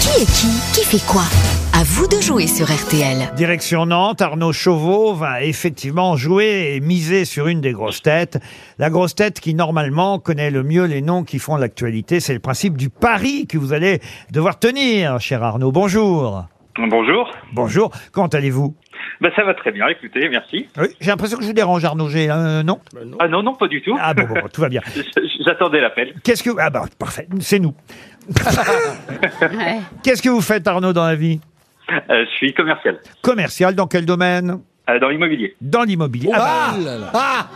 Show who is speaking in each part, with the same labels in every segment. Speaker 1: Qui est qui Qui fait quoi À vous de jouer sur RTL.
Speaker 2: Direction Nantes, Arnaud Chauveau va effectivement jouer et miser sur une des grosses têtes. La grosse tête qui normalement connaît le mieux les noms qui font l'actualité, c'est le principe du pari que vous allez devoir tenir, cher Arnaud. Bonjour.
Speaker 3: Bonjour.
Speaker 2: Bonjour. Comment allez-vous
Speaker 3: Bah ça va très bien, écoutez, merci.
Speaker 2: Oui, J'ai l'impression que je vous dérange, Arnaud. J'ai euh, non
Speaker 3: Ah non, non, pas du tout.
Speaker 2: Ah bon, bon, bon, tout va bien.
Speaker 3: J'attendais l'appel.
Speaker 2: Qu'est-ce que ah bah parfait, c'est nous. Qu'est-ce que vous faites, Arnaud, dans la vie
Speaker 3: Euh, je suis commercial
Speaker 2: Commercial dans quel domaine
Speaker 3: euh, dans l'immobilier.
Speaker 2: Dans l'immobilier. Ah bah,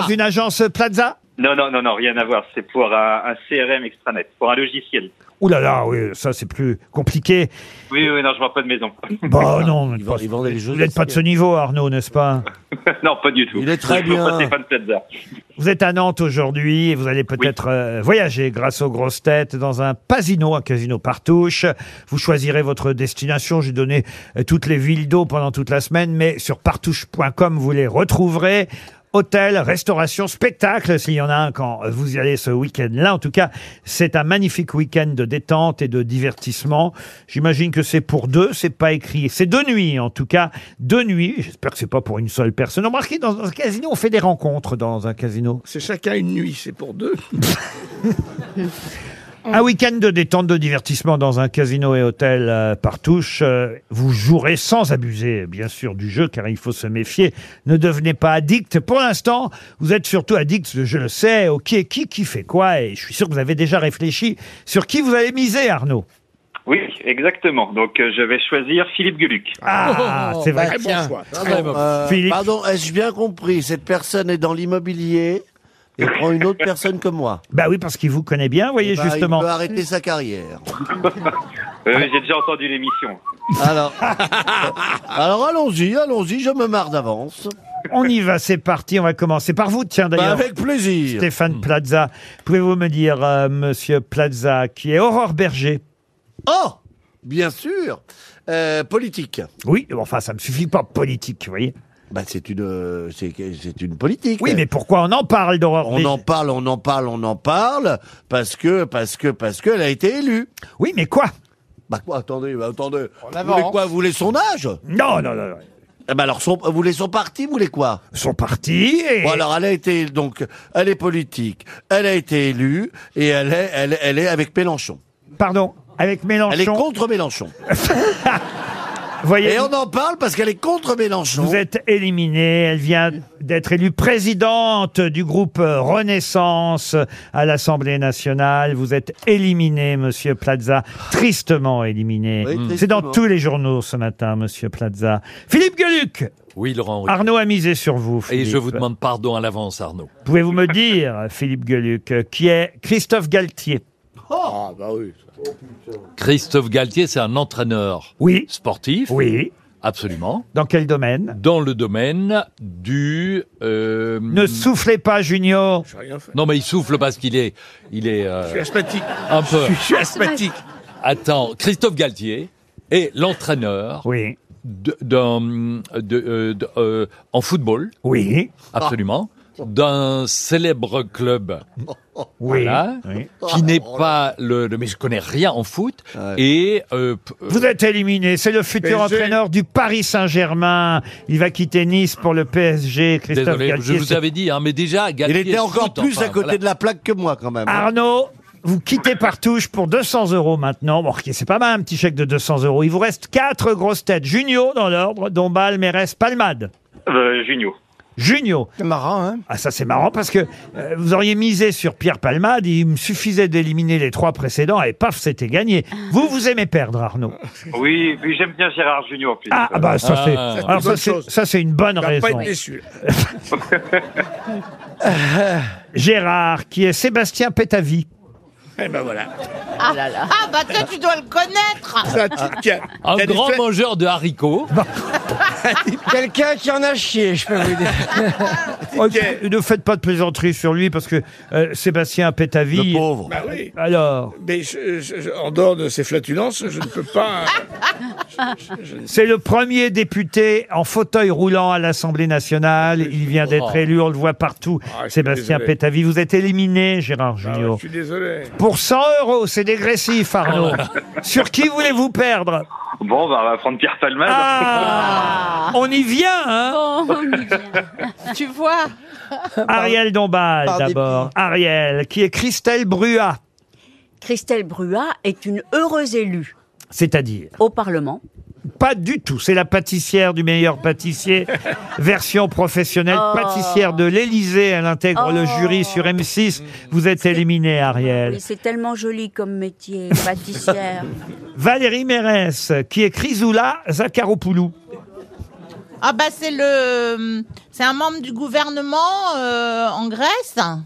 Speaker 2: dans une agence Plaza.
Speaker 3: Non, non, non, non, rien à voir. C'est pour un, un CRM extranet, pour un logiciel.
Speaker 2: Ouh là là, oui, ça c'est plus compliqué.
Speaker 3: Oui, oui, non, je vends pas de maison.
Speaker 2: Bon, non,
Speaker 4: Ils vend- ils vendaient les jeux
Speaker 2: vous n'êtes pas de ce niveau, Arnaud, n'est-ce pas
Speaker 3: non, pas du tout.
Speaker 4: Il est très
Speaker 3: Je vends
Speaker 4: bien.
Speaker 3: Pas Stéphane Plaza.
Speaker 2: Vous êtes à Nantes aujourd'hui et vous allez peut-être euh, voyager grâce aux grosses têtes dans un pasino, un casino partouche. Vous choisirez votre destination. J'ai donné euh, toutes les villes d'eau pendant toute la semaine, mais sur partouche.com, vous les retrouverez. Hôtel, restauration, spectacle, s'il y en a un quand vous y allez ce week-end-là. En tout cas, c'est un magnifique week-end de détente et de divertissement. J'imagine que c'est pour deux, c'est pas écrit. C'est deux nuits, en tout cas. Deux nuits. J'espère que c'est pas pour une seule personne. Remarquez, dans un casino, on fait des rencontres dans un casino.
Speaker 5: C'est chacun une nuit, c'est pour deux.
Speaker 4: Mm.
Speaker 2: Un week-end de détente, de divertissement dans un casino et hôtel euh, par touche. Euh, vous jouerez sans abuser, bien sûr, du jeu, car il faut se méfier. Ne devenez pas addict. Pour l'instant, vous êtes surtout addict, je le sais, au qui est qui, qui fait quoi. Et je suis sûr que vous avez déjà réfléchi sur qui vous allez miser, Arnaud.
Speaker 3: Oui, exactement. Donc euh, je vais choisir Philippe Gueluc.
Speaker 2: Ah, c'est vrai.
Speaker 5: Très bon
Speaker 4: Oh, Tiens.
Speaker 5: choix. très
Speaker 4: Euh,
Speaker 5: bon.
Speaker 2: Philippe.
Speaker 4: pardon, ai-je bien compris Cette personne est dans l'immobilier et prend une autre personne que moi.
Speaker 2: Bah oui, parce qu'il vous connaît bien, vous voyez,
Speaker 4: Bah,
Speaker 2: justement.
Speaker 4: Il peut arrêter sa carrière.
Speaker 3: Euh, J'ai déjà entendu l'émission.
Speaker 4: Alors, alors allons-y, allons-y, je me marre d'avance.
Speaker 2: On y va, c'est parti. On va commencer par vous, tiens,
Speaker 4: Bah,
Speaker 2: d'ailleurs.
Speaker 4: avec plaisir.
Speaker 2: Stéphane Plaza. Pouvez-vous me dire, euh, monsieur Plaza, qui est Aurore Berger
Speaker 4: Oh Bien sûr Euh, Politique.
Speaker 2: Oui, enfin, ça ne me suffit pas, politique, vous voyez.
Speaker 4: Bah, c'est une, euh, c'est c'est une politique.
Speaker 2: Oui, mais pourquoi on en parle d'Aurore
Speaker 4: Euh. On
Speaker 2: Berger
Speaker 4: en parle, on en parle, on en parle, parce que, parce que, parce qu'elle a été élue.
Speaker 2: Oui, mais quoi
Speaker 4: Bah quoi, attendez, bah, attendez. Vous
Speaker 5: avance.
Speaker 4: voulez quoi Vous voulez son âge
Speaker 2: Non, non, non, non.
Speaker 4: Eh ben alors, son, vous voulez son parti, vous voulez quoi
Speaker 2: Son parti et...
Speaker 4: Bon alors, elle a été, donc, elle est politique, elle a été élue, et elle est, elle, elle est avec Mélenchon.
Speaker 2: Pardon, avec
Speaker 4: Elle est
Speaker 2: Mélenchon.
Speaker 4: contre Mélenchon.
Speaker 2: Vous voyez,
Speaker 4: Et on en parle parce qu'elle est contre Mélenchon.
Speaker 2: vous êtes éliminé. Elle vient d'être élue présidente du groupe Renaissance à l'Assemblée nationale. Vous êtes éliminé, monsieur Plaza. Tristement éliminé.
Speaker 4: Oui,
Speaker 2: C'est dans
Speaker 4: tristement.
Speaker 2: tous les journaux ce matin, monsieur Plaza. Philippe Gueluc
Speaker 6: Oui, Laurent. oui.
Speaker 2: Arnaud a misé sur vous.
Speaker 6: Et je
Speaker 2: Philippe.
Speaker 6: vous demande pardon à l'avance, Arnaud.
Speaker 2: Pouvez-vous me dire, Philippe Gueluc, qui est Christophe Galtier
Speaker 4: Ah bah oui.
Speaker 6: Christophe Galtier, c'est un entraîneur
Speaker 2: Oui.
Speaker 6: sportif.
Speaker 2: Oui.
Speaker 6: Absolument.
Speaker 2: Dans quel domaine
Speaker 6: Dans le domaine du. euh,
Speaker 2: Ne soufflez pas, Junior.
Speaker 5: J'ai rien fait.
Speaker 6: Non, mais il souffle parce qu'il est, il est
Speaker 5: Je
Speaker 6: euh,
Speaker 5: suis asthmatique.
Speaker 6: un peu.
Speaker 5: Je suis asthmatique.
Speaker 6: Attends, Christophe Galtier est l'entraîneur
Speaker 2: Oui.
Speaker 6: de- d'un, de- euh, de- euh, en football,
Speaker 2: Oui.
Speaker 6: absolument, d'un célèbre club
Speaker 2: Oui.
Speaker 6: Voilà.
Speaker 2: Oui.
Speaker 6: qui n'est pas le, le- Mais je connais rien en foot.
Speaker 4: Ouais.
Speaker 6: Et euh, p- euh,
Speaker 2: Vous êtes éliminé. C'est le futur
Speaker 5: PSG.
Speaker 2: entraîneur du Paris Saint-Germain. Il va quitter Nice pour le PSG. Christophe
Speaker 6: Désolé, je
Speaker 2: Galtier.
Speaker 6: vous
Speaker 2: c'est-
Speaker 6: avais dit, hein, mais déjà,
Speaker 4: Il
Speaker 6: Galtier
Speaker 4: était encore
Speaker 6: foot,
Speaker 4: plus
Speaker 6: enfin,
Speaker 4: à côté
Speaker 6: voilà.
Speaker 4: de la plaque que moi, quand même. hein,
Speaker 2: Arnaud, vous quittez Partouche pour 200 euros maintenant. Bon, ok, c'est pas mal, un petit chèque de 200 euros. Il vous reste quatre grosses têtes. Junio, dans l'ordre. Dombal, Mérès, Palmade.
Speaker 3: Euh, Junio.
Speaker 2: Junio.
Speaker 5: C'est marrant, hein
Speaker 2: Ah ça c'est marrant parce que euh, vous auriez misé sur Pierre Palmade, il me suffisait d'éliminer les trois précédents et paf c'était gagné. Vous vous aimez perdre Arnaud.
Speaker 3: Oui, puis j'aime bien Gérard Junio en plus.
Speaker 2: Ah, ah bah ça
Speaker 6: Ah.
Speaker 2: c'est
Speaker 6: Ça, c'est une
Speaker 2: alors, ça,
Speaker 5: bonne
Speaker 2: c'est-
Speaker 5: chose.
Speaker 2: ça, c'est une bonne
Speaker 5: On va pas
Speaker 2: raison.
Speaker 5: être déçu.
Speaker 2: Gérard qui est Sébastien Pétavy.
Speaker 5: Eh ben voilà.
Speaker 7: Ah bah toi tu dois le connaître
Speaker 5: C'est un type qui a-
Speaker 6: Un
Speaker 5: qui a des
Speaker 6: grand
Speaker 5: faits-
Speaker 6: mangeur de haricots.
Speaker 8: Quelqu'un qui en a chié, je peux vous dire.
Speaker 2: Oh, ne faites pas de plaisanterie sur lui parce que euh, Sébastien
Speaker 4: Le
Speaker 2: Pétavy.
Speaker 4: pauvre.
Speaker 5: Bah oui.
Speaker 2: Alors
Speaker 5: Mais je- je- je- en dehors de ces flatulences, je ne peux pas. je
Speaker 2: C'est le premier député en fauteuil roulant à l'Assemblée nationale. Il vient d'être
Speaker 6: Oh.
Speaker 2: élu, on le voit partout.
Speaker 5: Ah, je suis
Speaker 2: Sébastien
Speaker 5: désolé.
Speaker 2: Pétavy, vous êtes éliminé, Gérard
Speaker 5: Ah,
Speaker 2: Junior.
Speaker 5: je suis désolé. Oh.
Speaker 2: Pour 100 euros, c'est dégressif, Arnaud. Sur qui voulez-vous perdre
Speaker 3: Bon, bah, on va prendre Pierre Palmade.
Speaker 2: Ah On y vient, hein
Speaker 7: Tu vois
Speaker 2: Ariel Dombal,
Speaker 8: par
Speaker 2: d'abord. Ariel, qui est Christelle Bruat,
Speaker 9: Christelle Bruat est une heureuse élue
Speaker 2: c'est-à-dire
Speaker 9: au Parlement.
Speaker 2: Pas du tout. C'est la pâtissière du meilleur pâtissier, version professionnelle,
Speaker 9: Oh.
Speaker 2: pâtissière de l'Élysée. Elle intègre le
Speaker 9: Oh.
Speaker 2: jury sur M6. Vous êtes éliminée, Ariel.
Speaker 9: Et c'est tellement joli comme métier, pâtissière.
Speaker 2: Valérie Mérès, qui est Chrysoula Zakharopoulou.
Speaker 7: Ah bah c'est le, c'est un membre du gouvernement euh, en Grèce. Ah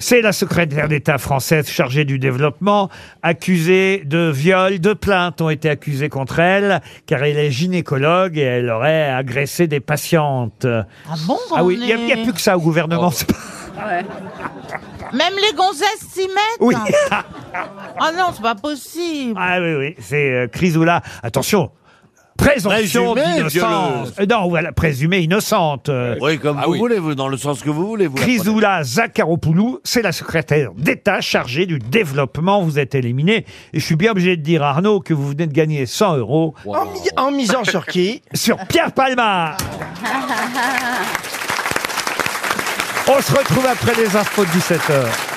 Speaker 2: C'est la secrétaire d'État française chargée du développement, accusée de viol. Deux plaintes ont été accusées contre elle, car elle est gynécologue et elle aurait agressé des patientes.
Speaker 7: Ah bon
Speaker 2: Ah oui,
Speaker 7: on
Speaker 2: il n'y a, il y a
Speaker 7: est-
Speaker 2: plus que ça au gouvernement. c'est pas-
Speaker 7: Même les gonzesses s'y mettent.
Speaker 2: Oui.
Speaker 7: Ah non, c'est pas possible.
Speaker 2: Ah oui, oui, c'est euh, Chrysoula. Attention, présomption
Speaker 4: Présumée
Speaker 2: d'innocence. Euh, Non, voilà, présumée innocente. Euh,
Speaker 4: Oui, comme
Speaker 6: Ah
Speaker 4: vous
Speaker 6: oui.
Speaker 4: voulez, vous, dans le sens que vous voulez. Vous la prenez.
Speaker 2: Chrysoula Zakharopoulou, c'est la secrétaire d'État chargée du développement. Vous êtes éliminé. Et je suis bien obligé de dire, Arnaud, que vous venez de gagner 100 euros
Speaker 8: En, mi- en misant sur qui
Speaker 2: sur Pierre Palma. On se retrouve après les infos de 17h.